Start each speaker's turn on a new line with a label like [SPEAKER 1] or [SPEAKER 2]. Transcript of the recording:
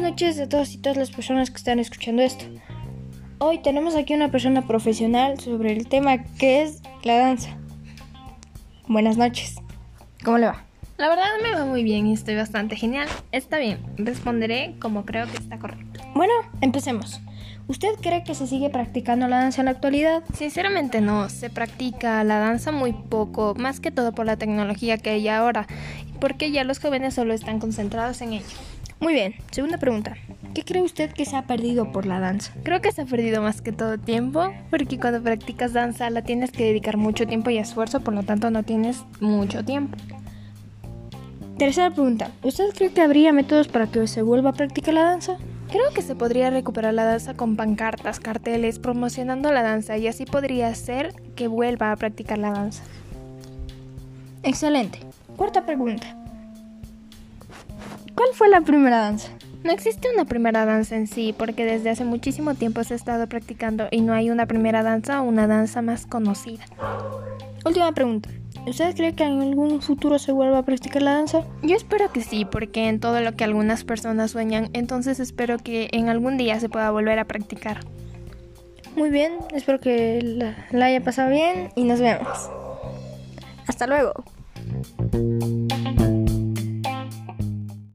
[SPEAKER 1] noches a todos y todas las personas que están escuchando esto. Hoy tenemos aquí una persona profesional sobre el tema que es la danza. Buenas noches. ¿Cómo le va?
[SPEAKER 2] La verdad me va muy bien y estoy bastante genial. Está bien, responderé como creo que está correcto.
[SPEAKER 1] Bueno, empecemos. ¿Usted cree que se sigue practicando la danza en la actualidad?
[SPEAKER 2] Sinceramente no, se practica la danza muy poco, más que todo por la tecnología que hay ahora, porque ya los jóvenes solo están concentrados en ello.
[SPEAKER 1] Muy bien, segunda pregunta. ¿Qué cree usted que se ha perdido por la danza?
[SPEAKER 2] Creo que se ha perdido más que todo tiempo, porque cuando practicas danza la tienes que dedicar mucho tiempo y esfuerzo, por lo tanto no tienes mucho tiempo.
[SPEAKER 1] Tercera pregunta. ¿Usted cree que habría métodos para que se vuelva a practicar la danza?
[SPEAKER 2] Creo que se podría recuperar la danza con pancartas, carteles, promocionando la danza y así podría ser que vuelva a practicar la danza.
[SPEAKER 1] Excelente. Cuarta pregunta. ¿Cuál fue la primera danza?
[SPEAKER 2] No existe una primera danza en sí, porque desde hace muchísimo tiempo se ha estado practicando y no hay una primera danza o una danza más conocida.
[SPEAKER 1] Última pregunta. ¿Usted cree que en algún futuro se vuelva a practicar la danza?
[SPEAKER 2] Yo espero que sí, porque en todo lo que algunas personas sueñan, entonces espero que en algún día se pueda volver a practicar.
[SPEAKER 1] Muy bien, espero que la, la haya pasado bien y nos vemos. Hasta luego.